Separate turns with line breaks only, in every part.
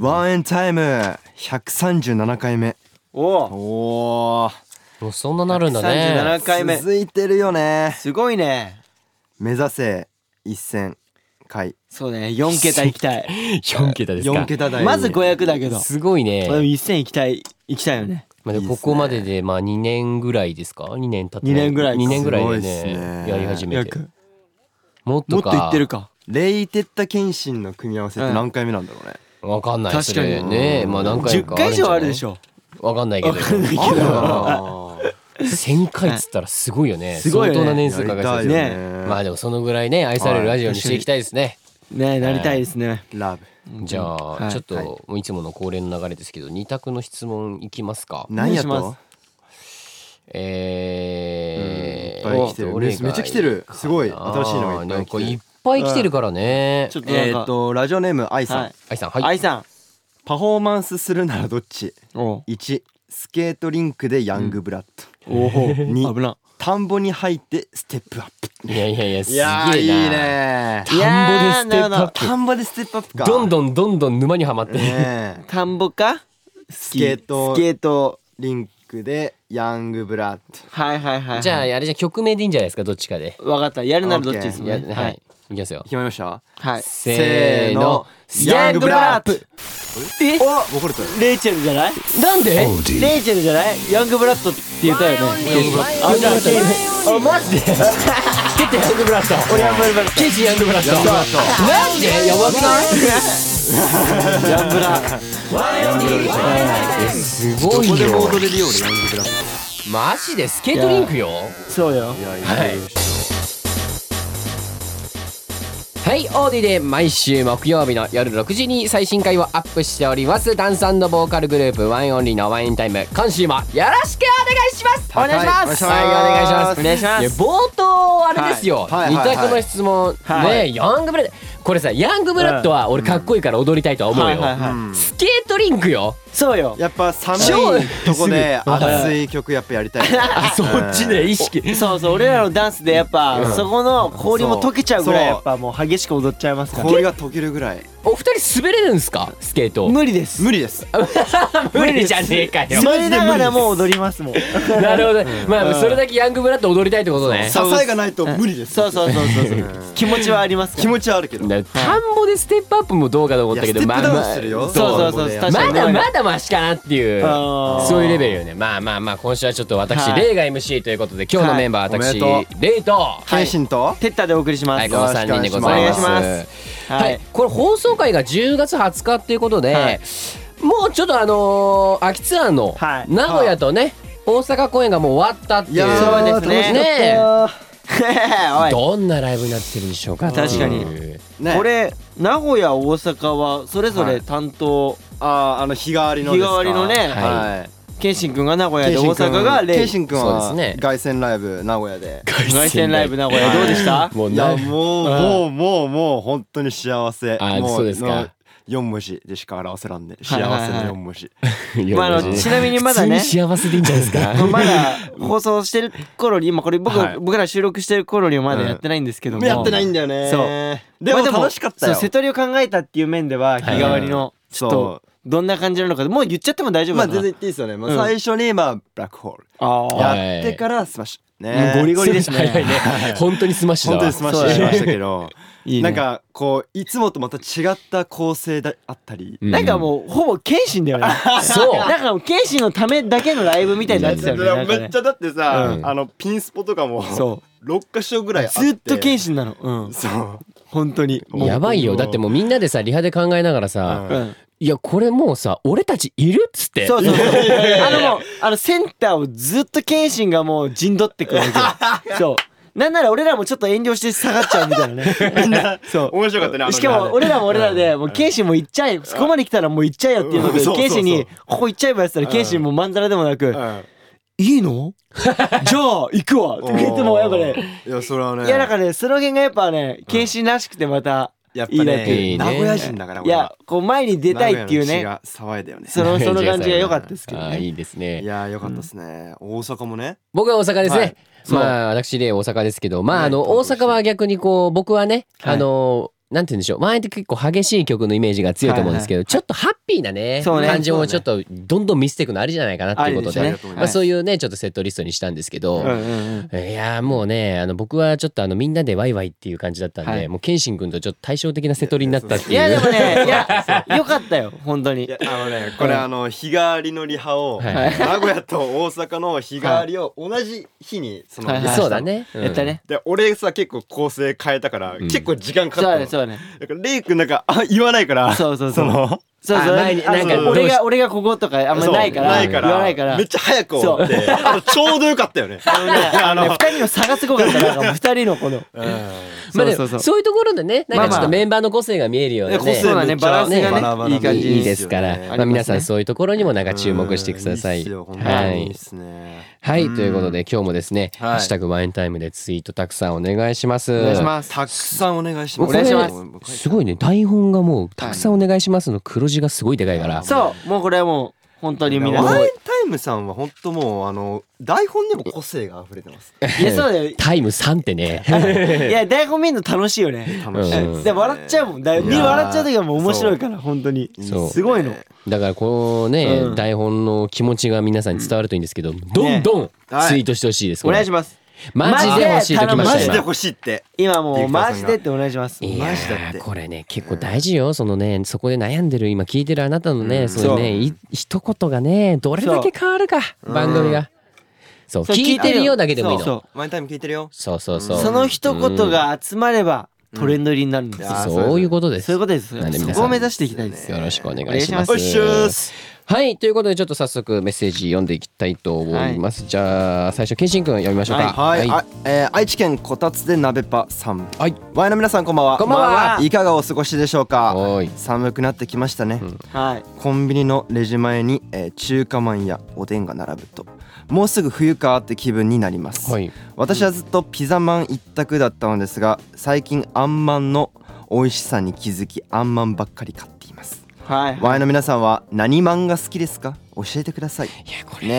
ワンエンタイム137回目
おお
おお
もうそんななるんだね。
37回目
続いてるよね
すごいね
目指せ1000回
そうね4桁いきたい
4桁ですか。
4桁台に
まず500だけど
すごいね
こ。れ1000いきたいいきたいよね
まあ、でもここまででまあ2年ぐらいですか2年経って
二年ぐらい
2年ぐらいです
ごいっす
ね
ね
やり始めて
約
もっ
も
と
っと
か
いってるか
レイテッタ謙信の組み合わせって何回目なんだろうね、
わかんない
確かに
それねまあ何回
10
か
回以上あるでしょ
わかんないけど
わかんないけど
あるのか
1000回っつったらすごいよね
すごいよね
相当な
な
年数かか
や
る
りたいよね
まあでもそのぐらいね愛されるラジオにしていきたいですね、
ねなりたいですね
ラブ
じゃあ、
はい
ちょっと、もういつもの恒例の流れですけど二択の質問いきますか
何や
お願いし
と
ま
え
いっ
ー、
ぱい来てる
おどれが
めめっちゃ来てるすごい
かな
新しいのがいっぱい来て
なんか
る
いっぱい来てるからね、
ちょっと
えー、
なん
っ
か
とラジオネーム愛さん、
はい
愛さんはい
愛さ
パフォーマンスするならどっち
んお
1スケートリンクでヤングブラッド、
おほ
に
危な
田んぼに入ってステップアップ
いやいやいや、す
い
げえ
や
な。
ーいいね
田んぼでステップアップ
田んぼでステップアップか
どんどんどんどん沼にはまってる。
ねえ
田んぼか
スケート
スケート
リンクでヤングブラッ
はいはいはいはい
じゃあ、あれじゃん曲名でいいんじゃないですか、どっちかで。
わかったやるならどっちですもん
や
ね
はい、い、きますよ
ド。決まりました
はい
せーの、
ヤングブラッド
え
お分かれた
レイチェルじゃない
なんで
レイチェルじゃないヤングブラッドって言ったよね
ヤングブラッド
あじゃあケイジ
あ、マジで蹴ってヤングブラッド。
俺ヤングブラッ
ケイジヤングブラッド。マジでやばく ない
ドヤングブラッ
すごい
ここでも
よ
踊。れるよ俺ヤングブラッ
マジでスケートリンクよ。
ドそうよ
ドいやい
はいはい、オーディで毎週木曜日の夜6時に最新回をアップしております。ダンスボーカルグループワンオンリーのワインタイム、今週もよろしくお願いします。
はい
はい、お願いします。
お願いします
いや冒頭あれですよ。
はい
二
はいはいはい
択の質問、
は
ね、ヤングブラッド、これさ、ヤングブラッドは俺かっこいいから踊りたいとは思う
はい
よ
はい。はい、
うん
スケートリンクよ。
そうよ
やっぱ寒いとこで熱い曲やっぱやりたいね
あ、そっちね、意識。
そうそう俺らのダンスでやっぱそこの氷も溶けちゃうぐらい
そう
やっぱもう激しく踊っちゃいますから
氷が溶けるぐらい
お二人滑れるんですか、スケート。
無理です
無理です
無理じゃねえかよ。
滑りながらもう踊りますもん
なるほど、まあ、それだけヤングブラッド踊りたいってことね。
支えがないと無理です
そうそうそうそうそう気持ちはありますか
気
ら
持ちはあるけど
だから田んぼでステップアップもどうかと思ったけど
いや
まあ
ステップ
ま
ダウン
あ
してるよ
そうそうそう
そう
確か
ま
にね
だまだマシかなっていう
あー
そういうレベルよねまあまあまあ今週はちょっと私
はい
レイが MC ということで今日のメンバー
はい
私
おめでと
レイとは
謙信と
テッタでお送りします
いこの3人でございます
お
願いし
は
はい
いこれ放送回が10月20日っていうこと
は
で
い
もうちょっとあのー秋ツアーの
はい
名古屋とね大阪公演がもう終わったってい
いやー
そう
う
ですね
ね
おい
どんなライブになってるんでしょうか
確かに
っていう
ね
これ名古屋大阪はそれぞ
は
れ
い
担当
あーあの日替わりのですか
日替わりのね
は
健信君が名古
い
屋で大阪がレ
謙
イ
信君
そ
は
うですね
凱旋ライブ名古屋で
凱旋ライブ名古屋どうでした
もう
いや
な
もうもうもうもう本当に幸せ
あー
も
そうですか
の四文字でしか表せらんで幸
はいはいはい
せの四文字
まああのちなみにまだね
普通に幸せでいいんじゃないですか
まだ放送してる頃に今これ僕,、
はい
僕ら収録してる頃にはまだやってないんですけども、
やってないんだよね
そう
でも
まあ
楽しかったよ
そう瀬戸りを考えたっていう面では日替わりのちょっと
そ
どんな感じなのかもう言っちゃっても大丈
う
夫か
まあ全
な、
然言っていいですよねま
うん
あ最初にまあブラックホール
あー
はい
やってからスマッシュね
ゴリゴリですね
早いね 本当にスマッシュだ わ
本当にスマッシ
そう
ュ
だ
し
ね
ましたけど
いいね
なんかこういつもとまた違った構成であったり、
うん
なんかもうほぼ謙信だよね
そう
なんかもう謙信のためだけのライブみたいになってたよねなんか
めっ
ね
ちゃだってさ、
うん
あのピンスポとかも
そ
6箇所ぐらいうあって
ずっと謙信なのうん
そう
本当に
やばいよだってもうみんなでさリハで考えながらさ、
う
うん
いやこれもうさ俺たちいるっつって
そうそうそうあのもうあのセンターをずっと謙信がもう陣取ってくるわ けそうなんなら俺らもちょっと遠慮して下がっちゃうみたいなね そう
面白かったねあの
しかも俺らも俺らでもう謙信も行っちゃえよそこまで来たらもう行っちゃえよっていうの
うん
で
そうそう
謙
そ
信
う
にここ行っちゃえばやってたら謙信もまんざらでもなく
うん
「い いのじゃあ行くわ」とか言ってもやっぱね
いやそれはね
いやなんかねその辺がやっぱね謙信らしくてまた
やっぱ
いいなっ
ね
て
いう
名古屋人だから
いやこう前に出たいっていうね
騒いだよね
そのその感じが良かったですけど
あーい
ね
いですね
いやよかったですね、大阪もね
僕は大阪ですね、
はい
まあ私で大阪ですけどまあ
はい
あの大阪は逆にこう僕はね、
はい
あのなんて言うんでしょうワンエンって結構激しい曲のイメージが強いと思うんですけど、ちょっとハッピーなね
そうね
感情をちょっとどんどん見せていくのありじゃないかなっていうことで
あり
ですね
まあ、そういうねちょっとセットリストにしたんですけど、
うんうん
いやーもうねあの僕はちょっとあのみんなでワイワイっていう感じだったんで、
はい
もうケンシン君とちょっと対照的な瀬戸りになったって
う
いう
んいやでもねいやよかったよ本当に
いやあのねこれあの日替わりのリハを
はい
名古屋と大阪の日替わりを同じ日にその
はいはい
やったの
そうだね、うん
やったね
で俺さ結構構成変えたから
ん
結構時間か
そう
か
だ
っ
ね
た
そ
の
うだね
だからレイ君なんかあ言わないから
そうそうそう
の
そう
あ
そう
前に
あ
なん
か
そう俺
どうし
が俺がこことかあんま
そう
ないから
ないから
言わないから
めっちゃ早く終わってあのちょうどよかったよね
あのねあのね二人の差がすごかったなんかもう二人のこの
まあでも
そうそうそう
そういうところでねなんかちょっ
まあま
と
あ
メンバーの個性が見えるようなね
個性
そうだね
めっちゃ
バランスがね
バラバラ
いい感じ
いいですから、
ね
あります
まあ、
ね
皆さんそういうところにもなんか注目してください。
うんっすよ本当に
はい
い
い
っ、すね
はい、ということ
で
で今日もですね「
はい
ハッシュタグワインタイム」でツイートたくさんお願いします。
お願いします
たくさんお願いし
も
ま
う
す
これ
お願いします
すごいね台本がもう「たくさんお願いします」の黒字がすごいでかいから。
そうもうこれはもう本当にみんな
ワインタイムさんは本当もうあの台本でも個性が溢れてます。
いやそうだよ
タイム3って ね。
いや台本見るの楽しいよね
楽しいです
う
ね。
ん
で笑っちゃうもんだい
いやー
笑っちゃう時はもう面白いから本当に
そう
すごいの
だからこうね、
うん
台本の気持ちが皆さんに伝わるといいんですけど、どんどんツイートしてほしいです。
お願いし
ま
ます
すマジで欲しいときま
マ
し
ジ
た今。
で欲しいって。
今も
ディレ
う
クターさんが
マジでってお願いします
い
い
や
マジだっ
ー
て
これね結構大事よそのねそこで悩んでる今聞いてるあなたのねそういうねい一言がねどれだけ変わるか番組がそう
そう
聞いてるよだけでもいいの
そう
ワインタイム聞いてるよ。
そうそうそう
その一言が集まればトレンド入りになるんです
うんあー
そういうことです
そうい
よ
うことです
なんで皆さん
そこを目指していきたいです
ね
ろしくお願いしま
お
す
願いします
はいということでちょっと早速メッセージ読んでいきたいと思いますじゃあ最初ケンシン君読みましょうか
はい、あえー愛知県こたつで鍋パさん。
はい
ワインの皆さんこんばんは。
こんばんはい
かがお過ごしでしょうか。
おい
寒くなってきましたね。
はい
コンビニのレジ前に、えー中華まんやおでんが並ぶともうすぐ冬かって気分になります、
はい
私はずっとピザまん一択だったのですが最近あんまんの美味しさに気づきあんまんばっかり買っています
はい
ワイの皆さんは何まんが好きですか教えてください
いやこれ
ね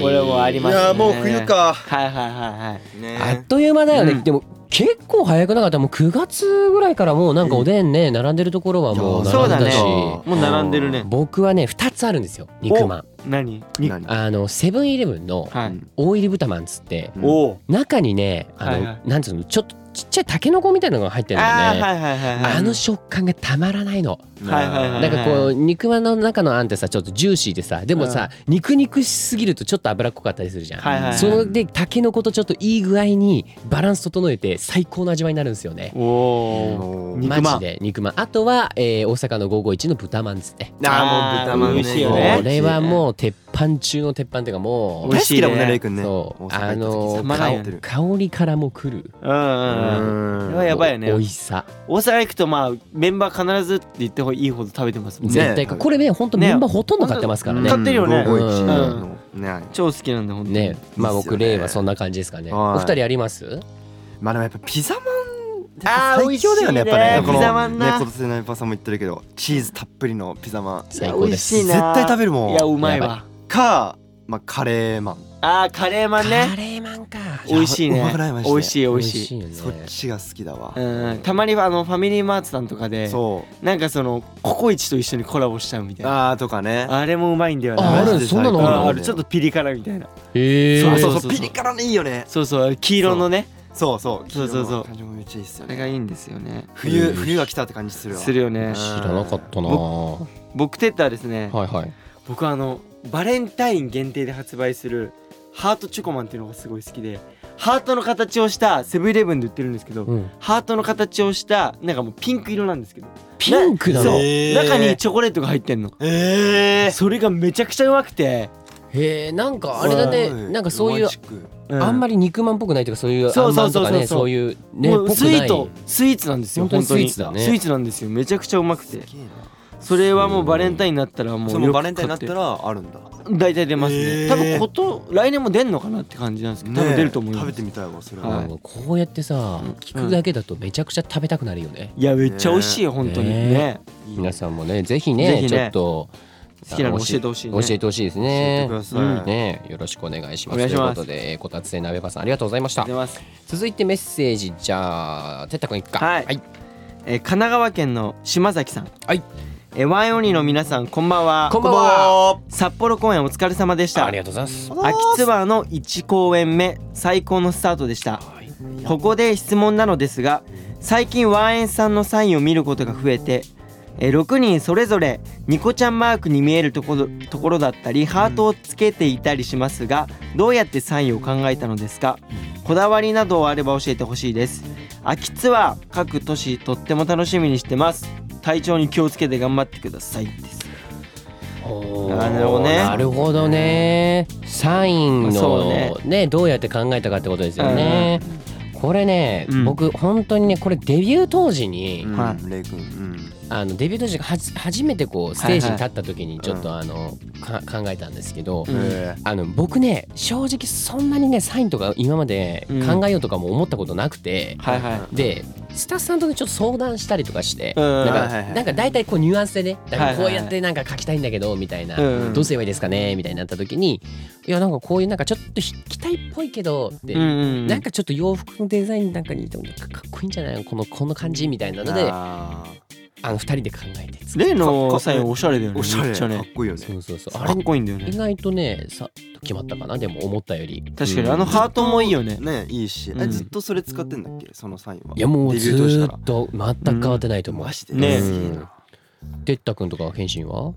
え
これもありますね
いやもう冬か
はいはいはいはい
ね
あっという間だよね、
うん
でも結構早くなかったもう9月ぐらいからもうなんかおでんね並んでるところはもう並
そうんだ
だ
ね
し
もう並んでるね
僕はね2つあるんですよ肉まん
何
何
あのセブンイレブンの
はい
大入り豚まんっつって
うん
おお
中にねあの、
はいはい
なんつうのちょっとちっちゃいタケノコみたいなのが入ってるのね
あー
あ,、
はいはいはいはい
の食感がたまらないの、
はいはいはい
なんかこう肉まんの中のあんってさちょっとジューシーでさでもさ、肉肉しすぎるとちょっと脂っこかったりするじゃん、
はいはいはい
そのでタケノコとちょっといい具合にバランス整えて最高の味わいになるんですよね
おお
おー
肉
マ
まん
ジで肉まんあとは、えー大阪の551の豚まんですね
あーもう豚まんね
美味しいよね
これはもう鉄板中の鉄板っていうかも
大
う
好きだもんね
美味しい
レイ君
ね
ね
そう
大阪行った時
あの
さ
まらないよ
香ってる
香りからもくる
うんうんうん
う
こ
ん
れはやばいよね
美味しさ
大阪行くとまあメンバー必ずって言っていいほど食べてますもんね
絶対これね本当メンバーほとんど買ってますからね
買ってるよね
551
うん
のね
超好きなんで本当に
ねまあ
いいっす
僕
よね
例はそんな感じですかね
は
お
い
二人あります
まあでもやっぱピザマン
あー
最強だよねやっぱねこ
美味しいね
の
ピザマンな
ね今年のナイパーさんも言ってるけどチーズたっぷりのピザマン
最高です
いや美味しいな
絶対食べるもん
いやうまい
や
わ
かまあカレーマン
あーカレーマン
カ
ね
レーマンか
美味しい
いやうま
ね
くないマジで
美味しい美味しい
よね
そっちが好きだわ
うんたまにあのファミリーマートさんとかで
そ
なんかそのココイチと一緒にコラボしちゃうみたいうな
あーとかね
あれもうまいんだよ
あ
な
あるそんなの
あ
あ
あ
る
るちょっとピリ辛みたいな
へえ
そう
そ
そうう
そ
そううピリ辛のいいよね
そうそう黄色のね
そうそう
そうそうそう
感じもめっちゃいいっすよ
あれ
ね
がいいんですよね
冬冬が来たって感じするわ
するよね
うん
知らなかったなは
僕テッタはですね
いはい
僕あのバレンタイン限定で発売するハートチョコマンっていうのがすごい好きでハートの形をしたセブンイレブンで売ってるんですけど、
うん
ハートの形をしたなんかもうピンク色なんですけど
ピンクな
そう
の
へー
中にチョコレートが入ってんの
え
それがめちゃくちゃうまくて、
へえんかあれだねなんかそういうあんま
り
り肉まんっぽくないとかそういう
そ
あ
うん
まんとかね
そ
そう
そうそうそう
ういうね
もう
ぽく
スイ
な
ー
い
トスイーツなんですよ
本当に
本当に
スイーツだね
スイーツなんですよめちゃくちゃうまくてそれはもうバレンタインになったらもう
そのバレンタインになった
ら
らあるんだ
大体出ます
へ
ね
ー
多分こと来年も出んのかなって感じなんですけど多分出ると思い
ね
ま
食べ
す
てみたいわそれ
は
はい
うんこうやってさ
うん
聞くだけだとめちゃくちゃ食べたくなるよね
いやめっちゃ美味しいよ本当に
ね
ね
皆さんもねぜひ
ぜひ
ね
ね
ちょっと
好きなの
あ
教えてほしいね
教えてほしいです
教えて
ね
くださ
うん
い
ねよろしくお願いします
お願いし
という
ま
こ
す
とでえーこたつで鍋ばさんありがとうございまし
あ
た
りがとうございます
続いてメッセージじゃあてったくんいくか
はいえー神奈川県の島崎さん
はい
えーワンオンリーの皆さんこんばんは
こんばんは
札幌公演お疲れ様でした
ありがとうございます
秋ツアーの1公演目最高のスタートでした
はい
ここで質問なのですが最近ワンエンさんのサインを見ることが増えてえー6人それぞれニコちゃんマークに見えるところところだったりハートをつけていたりしますがどうやってサインを考えたのですかこだわりなどあれば教えてほしいです秋ツアー各都市とっても楽しみにしてます体調に気をつけて頑張ってくださいです
おー
なるほどね
なるほどねサイン
そう
のね
ね
どうやって考えたかってことですよね、これね、
うん
僕本当にねこれデビュー当時に、
うん
は
レイ君うん
あのデビュー当時がはじ初めてこうステージに立った時にちょっとあの、か考えたんですけど、
うん
え
あの僕ね正直そんなにねサインとか今まで考えようとかも思ったことなくて、
はいはい
でスタッフさんとねちょっと相談したりとかして、
う
な
ん
んか、
はいはいはい
なんか大体こうニュアンスでねなんか
はいはい
こ
は
う
い
やってなんか書きたいんだけどみたいな、
うん
どうすればいいですかねみたいになった時にいやなんかこういうなんかちょっと筆記体っぽいけどって、
うんうん
なんかちょっと洋服のデザインなんかに似てもなんかかっこいいんじゃないのこのこの感じみたいなのであ
あ
の二人で考えて作っ
例の
か
サインおしゃれだよ
ー
ね
おしゃ
め
れ
っちゃ
かっ
ね
こいいよね
そうそうそうあ
か
れ
っこいいんだよ
意
ね
外とねさっと決まったかなでも思ったより
確かに
うん
あのハートもいいよね
ねいいし
う
え
ん
ずっとそれ使ってんだっけそのサインはい
やもう
デビ
ず
ュー当時
ー
から
っと全く変わってないと思う
マ。ジで
ねえ
すげえな
てったくんとか謙信は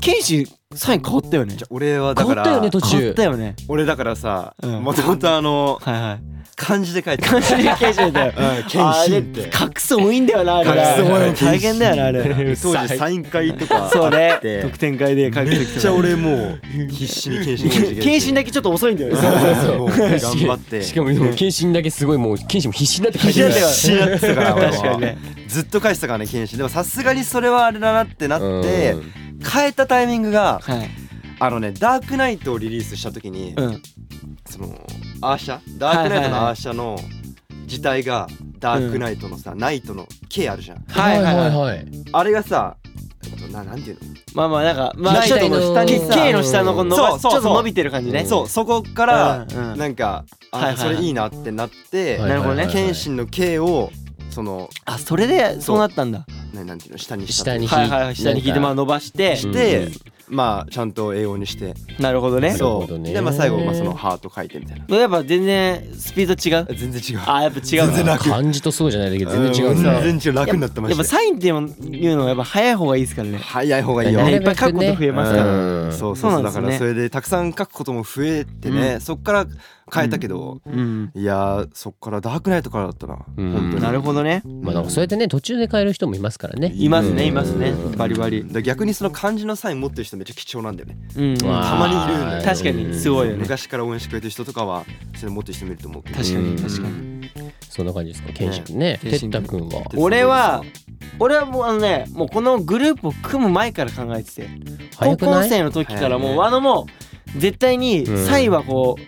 ケンシサイン変わったよね
じゃあ俺はだ
変
か
わったよね
ら
途
変わ
中
った。よね
俺だからさ
うん
もともとあの
はいはい
漢字で書いてた
感じでケンシだよ
うん剣心って
隠す多いんだよなあれ
隠す多いよ
大変だよなあれ
当時サイン会とか
そう
あ
ね
って
特典会で隠
め
れ
って
き
ち
た
ゃ俺もう必死に謙信謙 信
ケンシだけちょっと遅い んだよね
もう頑張って
しかもでも謙信だけすごいもう謙信も必死になって書いてる
必死
必死になってたから俺は
確かにね
ずっと返したからね謙信でもさすがにそれはあれだなってなって
うん
変えたタイミングが
はい
あのねダークナイトをリリースした時に
うん
そのアーシャダークナイトのアーシャの自体がダークナイトのさナイトの K あるじゃん
はいはいはい
はい。
あれがさえっとななんていうの
まあまあなんかまあ
大
ちょっ
体
と
の
下に
うん
K の下のこの伸ばすち
そうそ
ょ
うそう
っと伸びてる感じね
ん
そうそこから
うんうん
なんか
はい
あ
はいは
そ
い
れいいなってなって
はい
なるほどね
はいはいはい
謙信の K をその
あそれでそうなったんだ
ななんていうの下にし
下
た
に引
はいはいはい下に引いてまあ伸ばして
うん
でまあちゃんと英語にして
なるほどね
なるほ
そ
ど
う
ね
でまあ最後まあそのハート書いてみたいな
やっぱ全然スピード違う
全然違う
あやっぱ違う
全然
な
楽
漢字とそうじゃないだけど全然違うんんだ。
全然違う楽になってま
やっぱ
した
サインっていうのはやっぱ早い方がいいですからね
早い方がいいよ
ねいっぱい書くこと増えますから
うん
そうそうそ
そう
だ
うなんです
か
ね
らそれでたくさん書くことも増えてねそっから変えたけど
うん
いやーそっからダークナイトからだったな
うん
本当に
なるほどね
まあなんかそうやってね途中で変える人もいますからね。
います
うん
ねいますねバリバリ
だから逆にその漢字のサイン持ってる人めっちゃ貴重なんだよね
うん
うわー
たまにいるんだよ
確かにすごいよね
昔から応援してくれてる人とかはそれ持ってる人もいると思うけど
確か
うん
に確かに
そんな感じですか謙信君ね。
ね
てったくんは。
俺は俺はもうあのねもうこのグループを組む前から考えてて高
早く
校
ない？
生の時からも
早いうね
あのもう絶対に
うん
サインはこう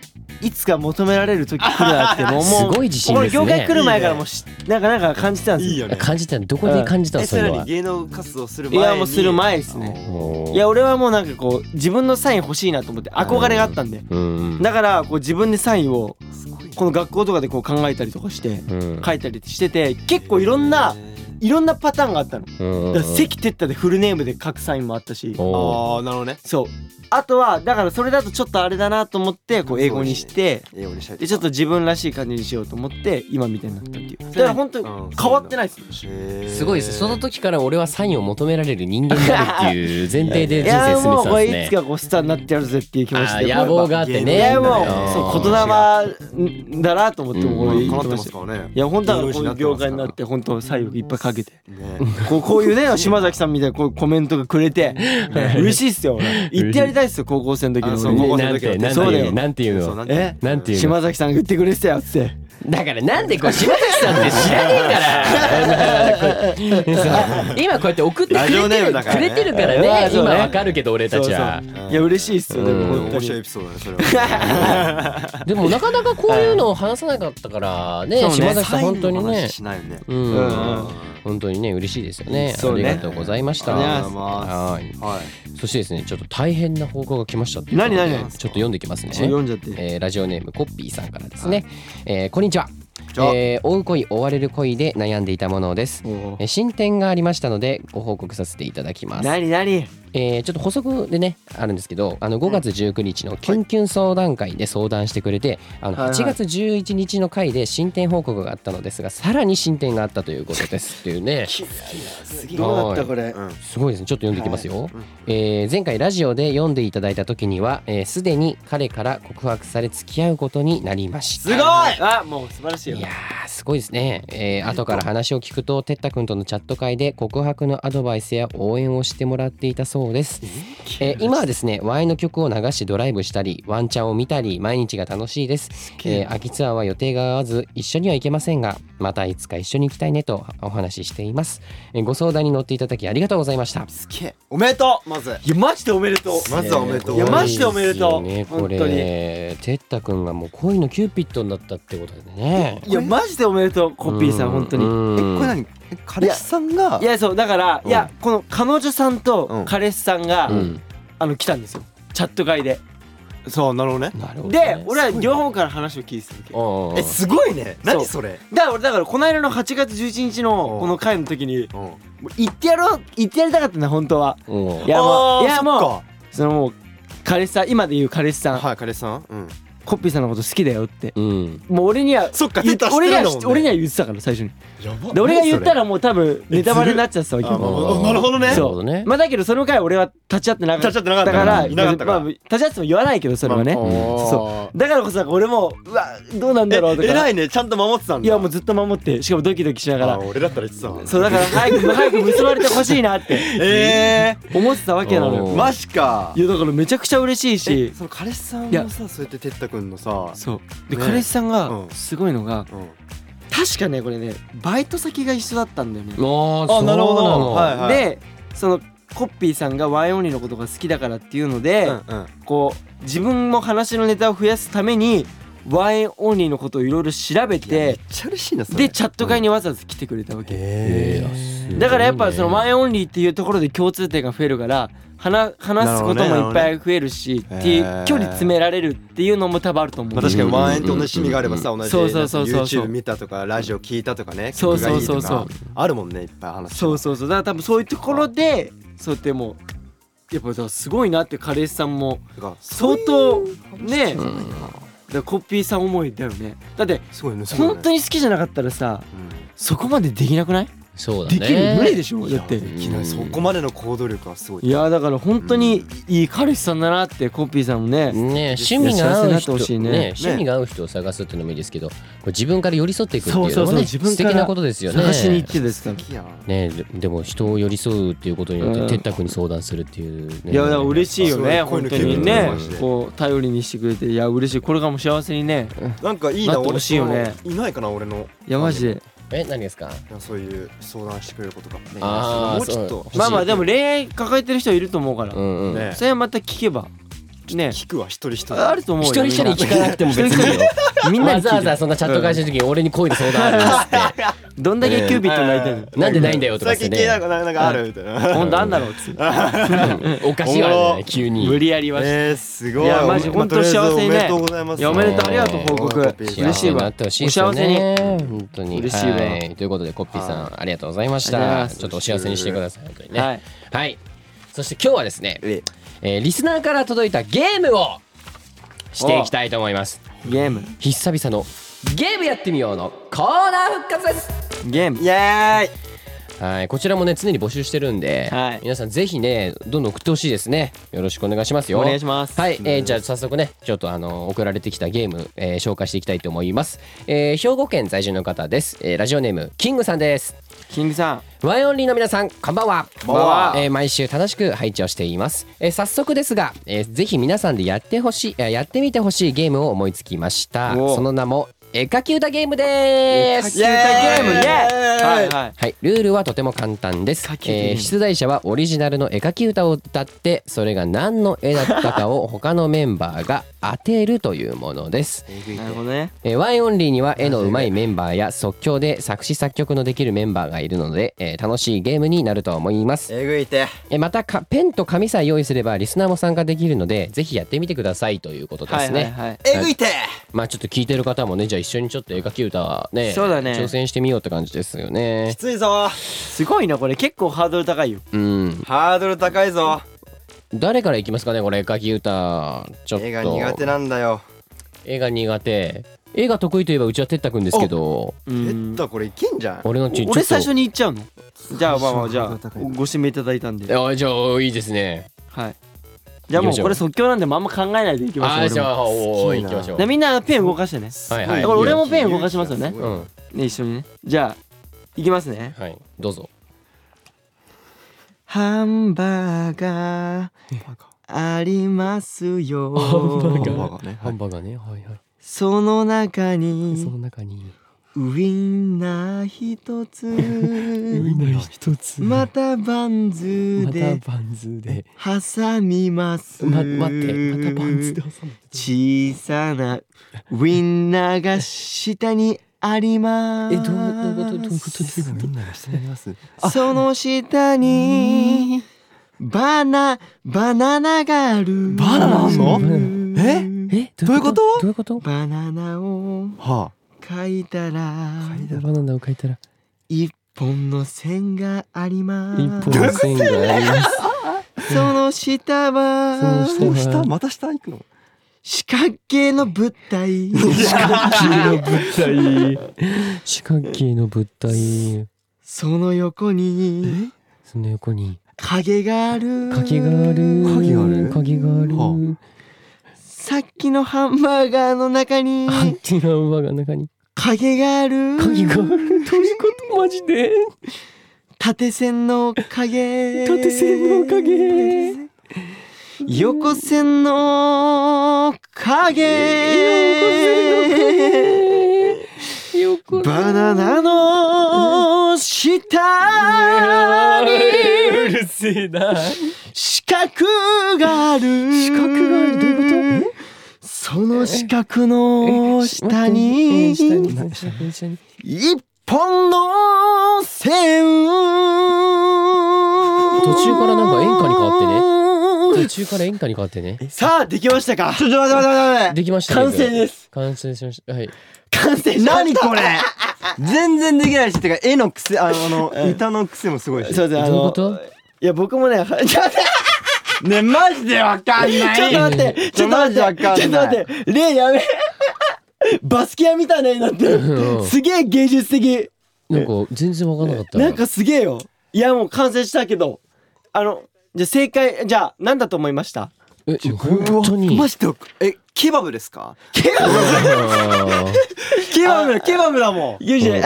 いつか求められる時来るなっても う
す
もう
ごい自信
俺
です
業界来
ね。
る前からもうしなんかなんか感じてたんですよ
いいよね
感じたのどこで感じたの
え
そ
それ
れ
に
は。
芸能活動する
い
前に
やもうする前ですね
もう
いや俺はもうなんかこう自分のサイン欲しいなと思って憧れがあったんで
うん。
だからこう自分でサインを
すごいね
この学校とかでこう考えたりとかして
うん
書いたりしてて結構いろんな
へ
いろんなパターンがあったのだ
うん
から関哲太でフルネームで書くサインもあったし
ー
おー
ああなるほどね
そうあとはだからそれだとちょっとあれだなと思ってこう英語にして
英語にしたい
でちょっと自分らしい感じにしようと思って今みたいになったっていうだから本当に変わってないいです
すごいですねその
時
時から俺はサインを求められる人間であるっていう前提で
い
人生
や
進めて
もう
たん
こ
で
れ
す
い
ね
つ。かこうスターになってやるぜっていう気持ち
あ
で
ー野望があってね。
いやもう
あー
そう言霊んだなと思って
うん
もう言
変わっ
っ
てて
ま
ま
し
す
た
からね
いや本当はこ
芸能
う
人
いう業界になって本当最後いっぱいかけ て
ね
こうこういうね島崎さんみたいなこういうコメントがくれて 嬉しいっすよ俺言ってやりたいっすよ高校生の時
あそう
の
高校
俺
生
なんて、なんて
そうだ
いうの、
よ
なんていう
そ
の。
うなんていうの
なんていうの。
島崎さんが言ってくれてたよっつって
だから、なんでこう、島崎さんって知らねえから。 そう今こうやって送ってくれ
ラジオネ
て
ー
る、
ムだから
く
ね
れてるから
う
ね
ん。そう
今
ね
わかるけど、俺たちは。
そうそういや嬉しいっすよでも
うん
本当
面白いエ
に
ピソードだねそれは
でも、なかなかこういうのを話さなかったから、ね、
そうね
島崎さん、本当に
サインの
ね
話。しないよね
う。
うんん
本当にね嬉しいですよね
そうね
ありがとうございました
ありが
とうござい
は
ま
い
はい
そしてですねちょっと大変な報告が来ましたっていうことで
何
ちょ
何
っと読んできますね
ちょっと読んじゃって
えーラジオネームコッピーさんからですね、えーこんにちは
じゃあ、
えー追う恋追われる恋で悩んでいたものです
お
えー進展がありましたのでご報告させていただきます
なになに
えーちょっと補足でねあるんですけどあの5月19日のキュンキュン相談会で相談してくれて、あの
はいはい
8月11日の回で進展報告があったのですがさらに進展があったということですっていう ね
どうだったこれ
うん
すごいですねちょっと読んでいきますよ、
うん
えー前回ラジオで読んでいただいた時にはえーすで、に彼から告白され付き合うことになりまし
す
た
ごいあもう素晴らしいよ
いやーすごいですね、えー後から話を聞くとてったくんとのチャット会で告白のアドバイスや応援をしてもらっていたそうです、えー今はですね Y の曲を流してドライブしたりワンチャンを見たり毎日が楽しいです
げえ
えー秋ツアーは予定が合わず一緒には行けませんがまたいつか一緒に行きたいねとお話ししています、えーご相談に乗っていただきありがとうございました
すげえ
おめでとう
まず
いやマジでおめでとう
まずはおめでとう
いやマジでおめでと
すご
う
いですよねこ
本当
れてったくんがもう恋のキューピッドになったってことでね
いやマジでおめでとうコピーさん
う
本当に
え
う
こ
ん
れ何え彼氏さんが
いやそうだから
うん
いやこの彼女さん
う
と
ん
彼氏さんが
うん
あの来たんですよチャット会で
そうなるほどね
なるほどね、
で俺は両方から話を聞いてたわけ
おうおうおう
えすごいね何それ
だから俺だからこの間の8月11日の
うん
この会の時に
うん
もう言ってやろう言ってやりたかったな本当は
おう
いやも
あー
ういやもう
そっ
そのもう彼氏さん今で言う彼氏さ
か
ん
はい彼氏さんうん
コピーさんのこと好きだよって
うん
もう俺には
そっか手
言
出して
俺
る
には
んだもん
知
ね
俺には言ってたから最初に
やば
で俺が言った
ら
らもう多分ネタバレになっちゃってたわけ
あ
よ
もうなるほどね
なるほどね
まあだけどその回俺は立ち会ってなかった
立ち会ってなかった
だから
いなかったから
まあ立ち会っても言わないけどそれはね
まあ
そだからこそなんか俺もうわどうなんだろうと
え
か
偉いねちゃんと守ってたんだ
いやもうずっと守ってしかもドキドキしなが
あ
ら
ー俺だったら言ってたわ
そうだから早く早く結ばれてほしいなって
え
思ってたわけなの
お
ー
ー
よ
マジか
いやだからめちゃくちゃ嬉しい
え
し
その彼氏さん
いや
もさそうやって哲太くんのさ
そうで
ね
彼氏さん
う
が
ん
すごいのが
うん
確かねこれねバイト先が一緒だったんだよね
あ
あなるほどはい
でそのコッピーさんがワイオンリーのことが好きだからっていうので、
うんうん
こう自分も話のネタを増やすためにワイオンリーのことをいろいろ調
い
べ
やめってちゃ嬉しいなそれ
でチャット会にわざわざ来てくれたわけ
へ
え
だからやっぱそのワ
前
イオンリーっていうところで共通点が増えるから話話すこともいっぱい増えるし
なるほどね
ってい
へー
う距離詰められるっていうのも多分あると思う、
まあ確かにワンエンと同じ趣味があればさ
う
同じ
そうそうそうそう
YouTube 見たとかラジオ聞いたとかね
そう
曲がい
そう
いと
そ
か
うそう
あるもんねいっぱい話
そうそうそうだから多分そういうところでそうやってもうやっぱだからすごいなって彼氏さんも
てか
相当ねだか
ん
らコピーさん思いだよねだって
すごいねすごいね
本当に好きじゃなかったらさそこまでできなくない
そうだ
で
ね
きる無理でし
う
ょ
ん
だって
いやできないそこまでの行動力はすごい
いやだから本当にいい彼氏さんだなってコピーさんもね
ね趣味が合う人
幸せになってほしいね
趣味が合う人を探すっていうのもいいですけどこう自分から寄り添っていくっていうの
そう
も
そうそう
ね
自分から
素敵なことですよね
探しに行ってですから
好きやん
ねででも人を寄り添うっていうことによっ
う
て
ん
てったくんに相談するっていうね
いやだから嬉しいよね
そうこういうの
本当に
結構いい
ね
よマジ
で
こう頼りにしてくれていや嬉しいこれからも幸せにね
なんかいい
な
な
ってほ
俺
しいよね
そのいないかな俺の
いやマジで
え何ですか
いやそういう相談してくれることが
あー
もうちょっと
そう
まあまあで
も
も恋愛抱えてる人はいると思うから
うんうん、
ね
それはまた聞けばね
聞くわ一人一人
あると思う
一人
よ
一人聞かなくても別にいいよ
みんな
わ
に
ざ
聞
わ
いて
ざそんなチャット会社の時に俺に恋の相談あるんですって
どんだけキュービットになりたいの
なんでないんだよとか
最
っ
近
て
聞いた
ね
ことなんかあるみたいな
本当あんだろうっつって
おかしいわね急に
無理やりはし
えー、すごい。
いやマジ
まあ
本当幸せに
とり
ね
あえずおめでとうございます。
いやおめでとうありがとう報告
うん
嬉しいわ
幸せになってほしいですよね
お
本当に
嬉しいわ
はいということでコッピーさんありがとうございまし
ありがと
た
うございます
ちょっとお幸せにしてください本当にね
は
はい
い、
そして今日はですね、
え
えーリスナーから届いたゲームをしていきたいと思います
ゲーム
久々のゲームやってみようのコーナー復活です
ゲーム
イエ
はい、こちらもね常に募集してるんで、
はい
皆さんぜひねどんどん送ってほしいですね。よろしくお願いしますよ。
お願いします
はい、えーじゃあ早速ねちょっとあの送られてきたゲーム、えー紹介していきたいと思います、えー兵庫県在住の方です、えーラジオネームキングさんです。
キングさん
ワインオンリーの皆さんこんばんは
こんばんは
えー毎週楽しく配置をしています、えー早速ですが、えーぜひ皆さんでやってほしい、えーやってみてほしいゲームを思いつきました
お
その名も絵描き歌ゲームです
ゲームイエーイはいはい
はい、ルールはとても簡単です
書き、入れる
えー出題者はオリジナルの絵描き歌を歌ってそれが何の絵だったかを他のメンバーが当てるというものです、
ーイ。
なるほどね
えー、ワインオンリーには絵の上手いメンバーや即興で作詞作曲のできるメンバーがいるので、えー楽しいゲームになると思います、
えぐいて。
えーまたかペンと紙さえ用意すればリスナーも参加できるのでぜひやってみてくださいということで
は
す
い
ね、
はいはい
えぐいて。
まあちょっと聞いてる方もねじゃあ一緒にちょっと絵描き歌ね
そうだね
挑戦してみようって感じですよね
きついぞ
すごいなこれ結構ハードル高いよ
うん
ハードル高いぞ
誰からいきますかねこれ絵描き歌ちょっと
絵が苦手なんだよ
絵が苦手絵が得意といえばうちはてったくんですけど
え
うん
っとこれいけんじゃん
俺のちちょっと
俺最初に言っちゃうのじゃあまあまあじゃあ
最初のハードル高い
ご指名いただいたんで
あじゃあいいですね
はいじゃあも
行きまし
う
ょう
これ即興なんであんま考えないでいきましょう
あー
俺も
じゃあおー
す
行
ごいな
きましょう
でみんなペン動かしてね
はいはい
だから俺もペン動かしますよね
勇気がすご
う
い
ん
ね一緒にねじゃあいきますね
はいどうぞ
ハンバーガーありますよ
ハンバー
ハ
ガ
ンバーガーね
ハンバーガーねはいはい
その中
その
に
中に
ウインナー一 つ
ナー一つ
またバンズ
ま
で
バンズで
挟みます、
ま待ってまたバンズで挟む
小さなウインナーが下にあります
えどういうことどういうことどういうこと
みんながしてます
その下にバナバナナがある
バナナあん
の
え
え
どういうこと
どういうこと
バナナを
は
書いたら
バナナを描いたら
一本の線があります
一本の線があります
その下
その
あ
下
は
もう下また下行くの
四角形の物 体
四角形の物体
その横に
その横に
影がある
影がある
影がある
影がある
は
さっきのハンバーガーの中に
アンティナウバーの中に
影がある
影 があるどういうことマジで
縦線の影
縦線の影
横線の影
横
バナナの下に
うるせえな
四角がある
四角があるどういうこと
その四角の下
え
に
下に下に下に
一本の線途
中からなんか演歌に変わって
ね
途中から演歌に変わってね
さあできましたか
ちょちょ待って待って待
できました
完成ですす
完成しましたはい
完成
何これって全然できないしてか絵の癖あ のあの歌の癖もすごいし
そうですねあ
どういう
の
こと
いや僕もねは ちょっと待って
ねマジでわかんな
ちょっと待ってちょっと待って
マジわ
ちょっと
かんない
待って例やめ バスケ屋みたいな絵になって
う
る
ん
すげえ芸術的
なんか全然わからなかった
なんかすげえよいやもう完成したけどあのじゃあ正解じゃあ何だと思いました
え本当に
マジでわかえケバブですか
ケバブ
あ ー
ケバブケバブだもんユージ
うんうん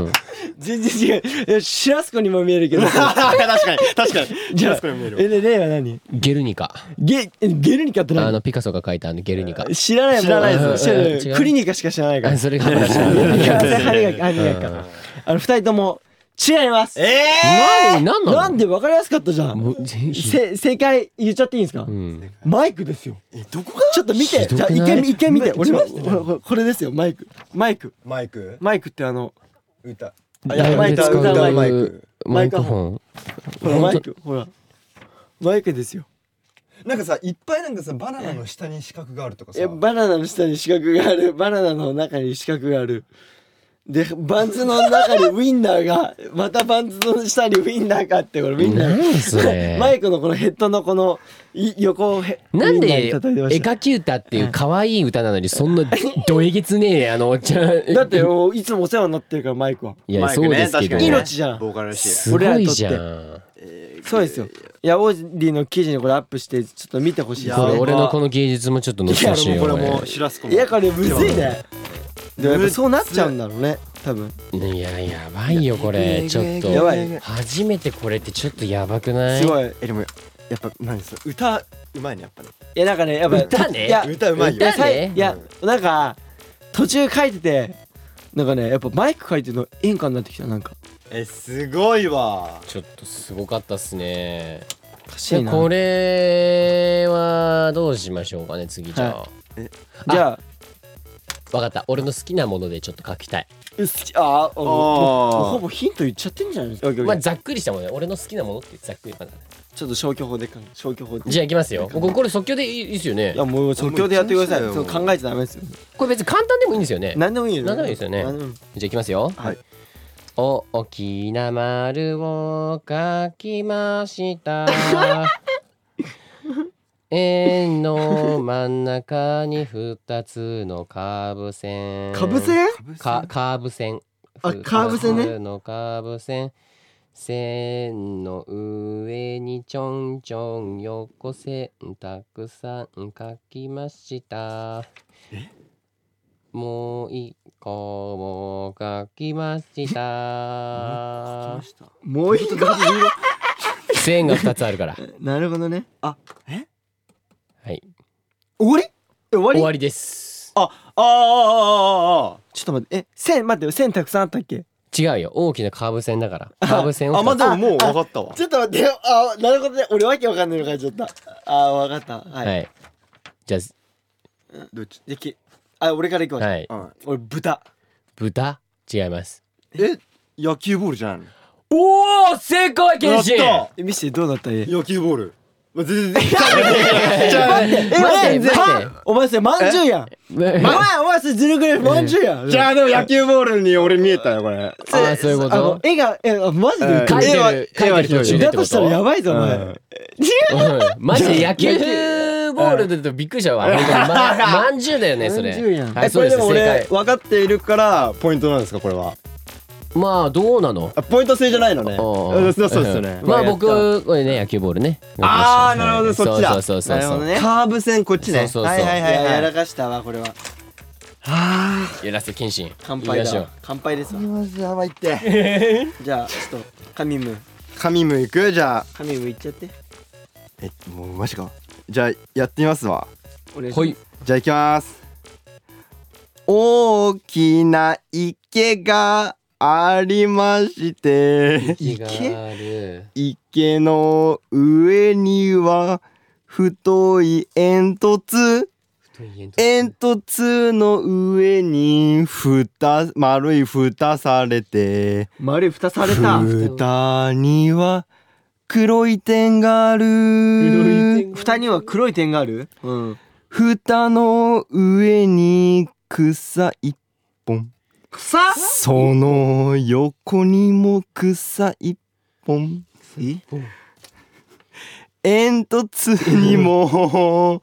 うんうん
全然違ういやシラスコにも見える けど
確かに確かに
じゃあ
確かに見えるわ
えでレイは何
ゲルニカ
ゲゲルニカって
あ
何
のピカソが描いたあのゲルニカ
知らないもん
知らない
です
知らな
違う
クリニカしか知らないから
あそれが話だ
いや
ね
歯磨き歯磨きかあの二人とも違います
え
何なの
なんで分かりやすかったじゃん
もうぜひ
せ正解言っちゃっていいんですか
うん
マイクですよ
ーえどこが
ちょっと見て
ひど
じゃあ
くない
一回見一回見て俺は
マイク
ほらほらこれですよマイクマイク
マイク
マイクってあの
歌
あいやマイク
使う
歌うマイク
マイクホ
ほらマイクほらマイクですよ
なんかさいっぱいなんかさバナナの下に四角があるとか
えバナナの下に四角があるバナナの中に四角があるでバンズの中にウインナーがまたバンズの下にウインナーがあってこれウイ
ン
ンナー
何それ
マイクのこのヘッドのこのい横をへ
なん
ウインナーに
で絵
叩いてました
描き歌っていう可愛い歌なのにそんなどえげつねえあのおっちゃん
だってもういつもお世話になってるからマイクはい
やそうですけど
ね命じゃん
ボーカルらしい
すごいじゃん
そうですよいやオーディの記事にこれアップしてちょっと見てほしいです
い
こ
や
れ
ね
俺のこの芸術もちょっと載せてほしいよ
これも
俺
うシラスコ
いやこれむずいねでもやっぱそうなっちゃうんだろうね多分
いややばいよこれちょっと
やばい
初めてこれってちょっとやばくない
すごいい
えでもやっぱ何です歌うまいねやっぱね
やなんかねやっぱ
歌ね
いや
歌うまいよ
いや
歌
さ
ね
いいやなんか途中書いててなんかねやっぱマイク書いてるの演歌になってきたなんか
えすごいわ
ちょっとすごかったっすね
おかしいな
これはどうしましょうかね次じゃあ、
じゃあ
わかった俺の好きなものでちょっと書きたい、
好きあー
あー
ほぼヒント言っちゃってんじゃないですか
まあ、ざっくりしたものね俺の好きなものってざっくりまだね
ちょっと消去法でか消去法で
じゃあいきますよここれ即興でいいですよね
いやもう即興でやってくださいよそう考えちゃダメですよ
これ別に簡単でもいいんですよねじゃ
何でもいいよ
何でもいいですよね
何でもいい
あいきますよ
はい
お大きな丸を描きました 円の真ん中に二つのカーブ線
かぶせん
かカーブ線
あカーブ線ね
二つのカーブ線線の上にちょんちょん横線たくさん書きましたもう一個も書きまし
来
た
ました
もう一個
線が二つある から
なるほどね あ
はい
終わりえ終わり
終わりです
あああああ
ちょっと待ってえ線待ってよ線たくさんあったっけ
違うよ大きなカーブ線だからカーブ線を
ああまあ
二つ
でももう分かったわ
ちょっと待ってよあなるほどね俺わけわかんないの書いちゃったあわかったはい、
はいじゃ
どっち
できあ俺からいく
あ
わ、
はい
あ
俺豚
豚違います
え野球ボールじゃないの
おお正解
や
剣
った
心
え見せてどうなったえ
野球ボールま全然 じゃあね
え
待って
え
待って
パンお前それまんじゅうやんお前お前それずるぐらいまんじゅうやん
じゃあでも野球ボールに俺見えたよこれ
あーそういうこ
あの
と
絵がえあマジで
うん
書いて
絵は
る書いてる
絵
途
はひど
中
い
でっ
だ
て
と
こ
したらや
と
ばいぞお前、
うん
うんマジで野球ボールだとびっくりしちゃうわ本当にま まんじゅうだよねそれ
まんじゅうやん
はい
え
そう
こ
で
れですも
正
俺
解
分かっているからポイントなんですかこれは
まあどうなの
あポイント制じゃないのねうんそうそうですよね
うんまあ
やった
僕これね野球ボールね
あーなるほどそっちだ
そうそうそう
なる
そ
ほ
う
どねカーブ線こっちね
そうそうそう
はい
い
はいはい
や
は
や
い
らかしたわこれは
あ
やらせ謙信
乾杯
行きまし
だ
ょ
わ乾杯ですわ
ーマジやばいって
じゃあちょっと神ム
神ムいくじゃあ
神ムいっちゃって
えもうマジかじゃあやってみますわ
お願
う
いし
ほ
ます
い
じゃあ行きます大きな池がありまして
息がある
池の上には太い煙突煙突の上に蓋丸い蓋されて
丸い蓋された
蓋には黒い点がある
蓋には黒い点があるうん
蓋の上に草一本
草
その横にも草一本煙突にも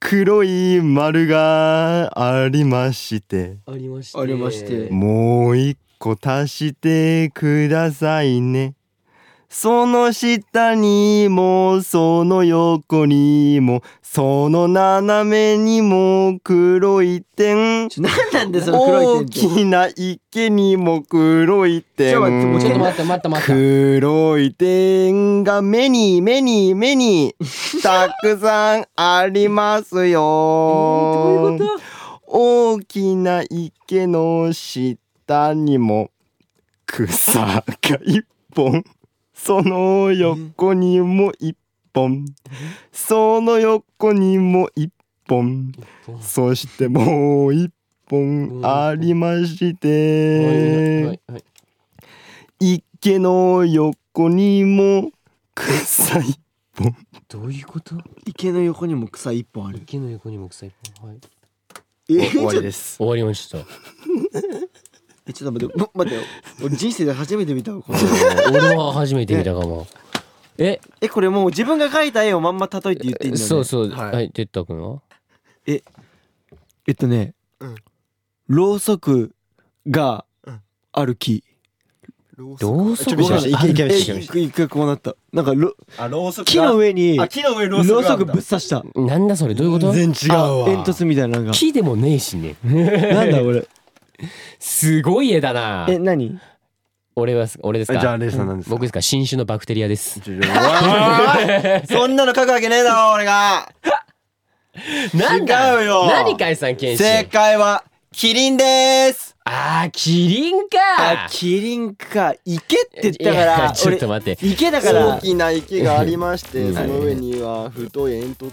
黒い丸がありまして
ありまして
ありまして
もう一個足してくださいねその下にもその横にもその斜めにも黒い点
ちょ何なんでその黒
大
い点って
きな池にも黒い
ち
点
ょ待ってもう
ちょっと待って待って待って
黒い点が目に目に目にたくさんありますよ、大きな池の下にも草が一本その横にも一本その横にも一本そしてもう一本ありまして、
はいはい
池の横にも臭い
どういうこと
池の横にも草一本ある
池の横にも臭いはい
えー
終わ
ちょ
りです
終わりました
えちょっと待っても待ってよ俺人生で初めて見たわこの
俺は初めて見たかもえ
えこれもう自分が描いた絵をまんま例えて言っていいんだよね
そうそう
はい
はい哲太君は
えっとね、
うん
ろうそくが
うん
ある木
ろう
ろうそ
ちょっ
く
と
じゃ
待
な
って
い
いけいけいけいけいけ
え一回こうなったなんかろ
あろうそ
木の上に
木の上
ろうそくぶっ刺した
なんだそれどういうこと
全然違うわ
あ煙突みたい ななんか
木でもねえしね
なんだ俺
すごい絵だな
え何
俺は俺です
じゃ
か
あレイさんなんですか
僕ですか新種のバクテリアです
ちょちょうわーそんなの書くわけねえだろ俺が
なんだ
違うよ
何解散検
正
診
解はキリンです
あーキリンか
あキリンか池って言ったか
いや
ら
ちょっと待って
俺池だか
大
ら
きな池がありまし
う
て
ん
その上には太い煙突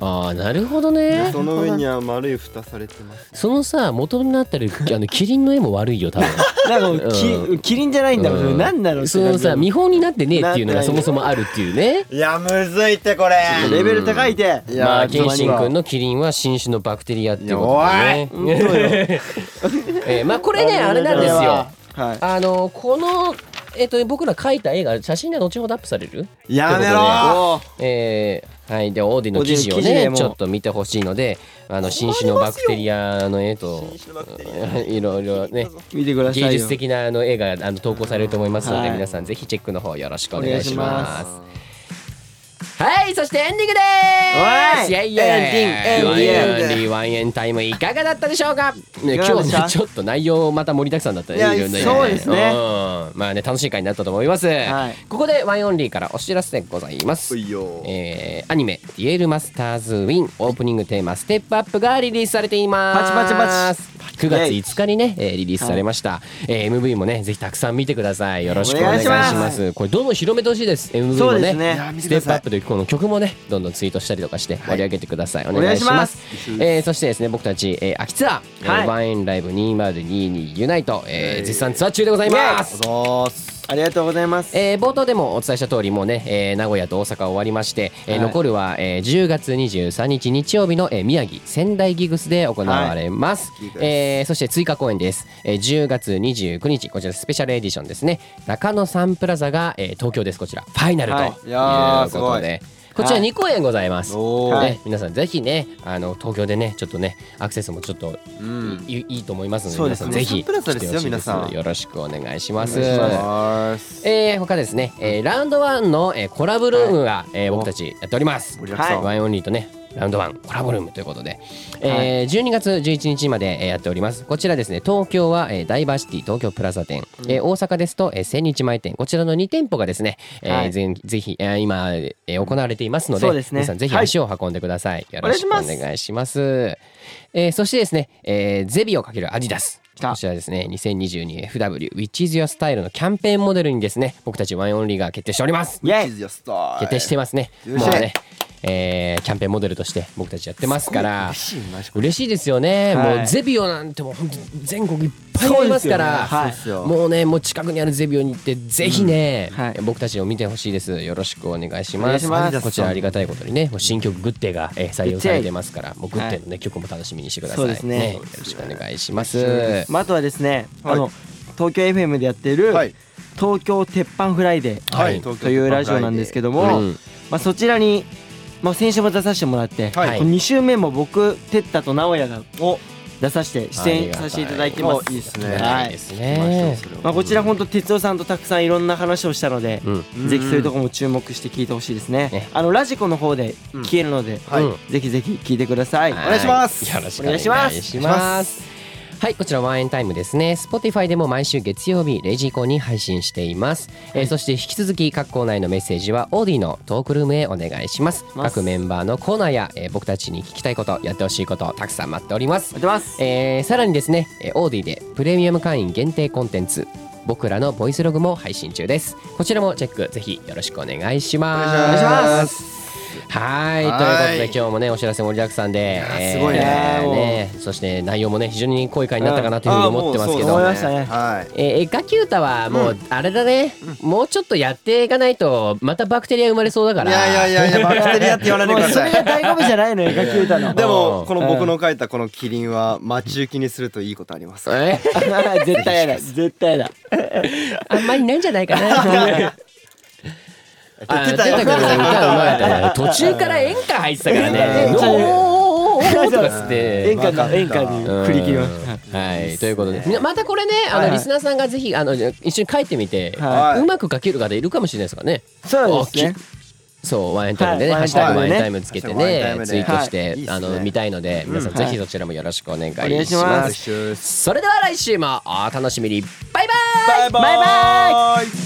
ああなるほどね
その上には丸い蓋されてます
そのさ元になってるあのキリンの絵も悪いよ多分
なんかき、
う
キリンじゃないんだろうね、
うん
なんだろう
そのさ見本になってねえっていうのがそもそもあるっていうね
いやむずいってこれ
レベル高いて、
いや
まあ
ー
謙信
ちょっと
君のキリンは新種のバクテリアっていうことだね
おい本当よ
えーまあこれねあれなんですよ
はい
あのこのえっと僕ら描いた絵が写真で後ほどアップされる
やめろー
おー
えーはい、でオーディの記事を
オーディの記事ね
ね
もう
ちょっと見てほしいのであの新種のバクテリアの絵と
新種のバクテリ
うん いろいろね
見てくださいよ
芸術的なあの絵があの投稿されると思いますので、
はい
皆さんぜひチェックの方よろしくお願いします
お願
はいそしてエンディングでー
お
す
い
イエイイエ
エンディング
イ
エンディング
ワンエンリーワンエンタイムいかがだったでしょうか、ね、
い
今
かがでし
日
た
ねちょっと内容また盛りだくさんだったね
いや
ろんな意味
そうですね
うんまあね楽しい回になったと思います、
はい
ここでワンオンリーからお知らせでございます
ういよー
えーアニメ「ディエルマスターズ・ウィン」オープニングテーマ「ステップアップ」がリリースされています
パチパチパ
9月5日にね、えーリリースされました、えー MV もねぜひたくさん見てくださいよろしくお願いします
お願いし
これどんどん広めてほしいです MV
そ
も
うで
ね
すねいや
見
ス
てく
テップア
ださい
ップというこの曲もねどんどんツイートしたりとかして盛り上げてください、お願いし
お願
ま
いします
すえーそしてですね僕たち、えー秋ツアー、
はい
えーワンエンライブ2022ユナイト、えー絶賛ツアー中でございます
おぞーす
ありがとうございます
えー冒頭でもお伝えした通りもうね、えー名古屋と大阪終わりまして、えー
はい
残るは、えー10月23日日曜日の、えー宮城仙台ギグスで行われます、
はいギグス
えーそして追加公演です、えー10月29日こちらスペシャルエディションですね中野サンプラザが、えー東京ですこちらファイナルと
はい
いやー
いうことで。こちら2公演ございます、
おー
ね、皆さんぜひねあの東京でねちょっとねアクセスもちょっと
うん
いいいいと思いますので
そう
皆
です
さ
ね
んぜひ
サンプラザです
来てほ
よ
しい
皆さん
よろしくお願いし
お
ます
願いします
えー、他ですね、えー、ラウンドワンの、えー、コラボルームが、えー僕たちやっております。
盛りだくさん
ワインオンリーとねラウンドワンコラボルームということで、えー、12月11日まで、えーやっております。こちらですね東京は、えー、ダイバーシティ東京プラザ店、えー大阪ですと、えー、千日前店こちらの2店舗がですね、えー
はい
ぜんぜひ、えー、今、えー、行われていますので
そうですね
皆さんぜひ足を運んでください。よろしくお願いします。えー、そしてですね、えー、ゼビをかけるアディダス。
た
こちらですね 2022FW Which is your style のキャンペーンモデルにですね僕たちワインオンリーが決定しております
イエイ
チーズやったー
決定してますね
よ
も
っ
う
しゃ
ね、えーキャンペーンモデルとして僕たちやってますから
嬉しいマジか
嬉しいですよね、
はい
もうゼビオなんてもう本当全国いっぱいありますから
そうで
ですよねはい
もうねもう近くにあるゼビオに行ってぜひね、
うんはい
僕たちを見てほしいですよろしくお願いし
お願
ま
い
す
します
こちらありがたいことにねもう新曲グッデが、えー採用されてますからもうグッデのね、曲も楽しみにしてください
そうですね
よろしくお願いします
まあ、あとはですね、
はい
あの東京 FM でやってる、
はい
東京鉄板フライデー、
はい
というラジオなんですけども、
うん
まあ、そちらに、まあ、先週も出させてもらって、
はい
2週目も僕テッタと直哉が出させて出演させていただいてま
ありが
す。
たいね
は
はい、で
い
すね。
まあ、こちら本当哲夫さんとたくさんいろんな話をしたので、
うん、
うん
ぜひそういうところも注目して聞いてほしいですね
ね
あのラジコの方で聞けるので、
はい
うん
ぜひぜひ聞いてください、
はい
お願いします
よろしくお
お
願
願
いし
いし
ま。
ますす
はい、こちらワンエンタイムですね。Spotify でも毎週月曜日0時以降に配信しています。えーそして引き続き各コーナーへのメッセージはオーディのトークルームへお願いします。
ます
各メンバーのコーナーや、えー僕たちに聞きたいこと、やってほしいこと、たくさん待っております
待っ。てます
えーさらにですね、えーオーディでプレミアム会員限定コンテンツ、僕らのボイスログも配信中です。こちらもチェック、ぜひよろしくお願いします。
お願いします
はい
はい
ということで今日もねお知らせ盛りだくさんで
やーすごいね
えー
もう
ねそして内容もね非常に濃い回になったかなというふうに思ってますけ
あーもうそう
ど
思いましたね
はい
えー、絵描き歌はもうあれだね、もうちょっとやっていかないとまたバクテリア生まれそうだから
いやいやいやいやバクテリアって言わないでくださ
もうそ れ
い
が醍醐味じゃないのよ楽器歌の
で
うん
もこの僕の書いたこのキリンは待ち受けにするといいことありますから
え
絶対やだ絶対やだ
あんまりないんじゃないか なあ
出たよ
出たけど歌うまいね途中から演歌入ってたからね
う
「
ん
おーおーおーおー とかっつって
演歌の演歌に振り切りました
はい、ということで、みなまたこれね、あの、
はいはい
リスナーさんがぜひ、あの、じゃあ一緒に書いてみて、
はい
はいう
まく書ける方いるかもしれないですからね。
そうですね
そう、ワインタイムでね、
はい
ハッシュタグワ
ワ
イ
イ
ン
ン
タ
タ
イ
イ
ムつけて
はい
ね、ツイートして、
はい
あ
いいっ
の、
すね
見たいので、皆さん
うん
ぜひそちらもよろしくお願いし
お願いし
ま。
ます
来
す
週
それでは来週もお楽しみにバイバイ
バイバイ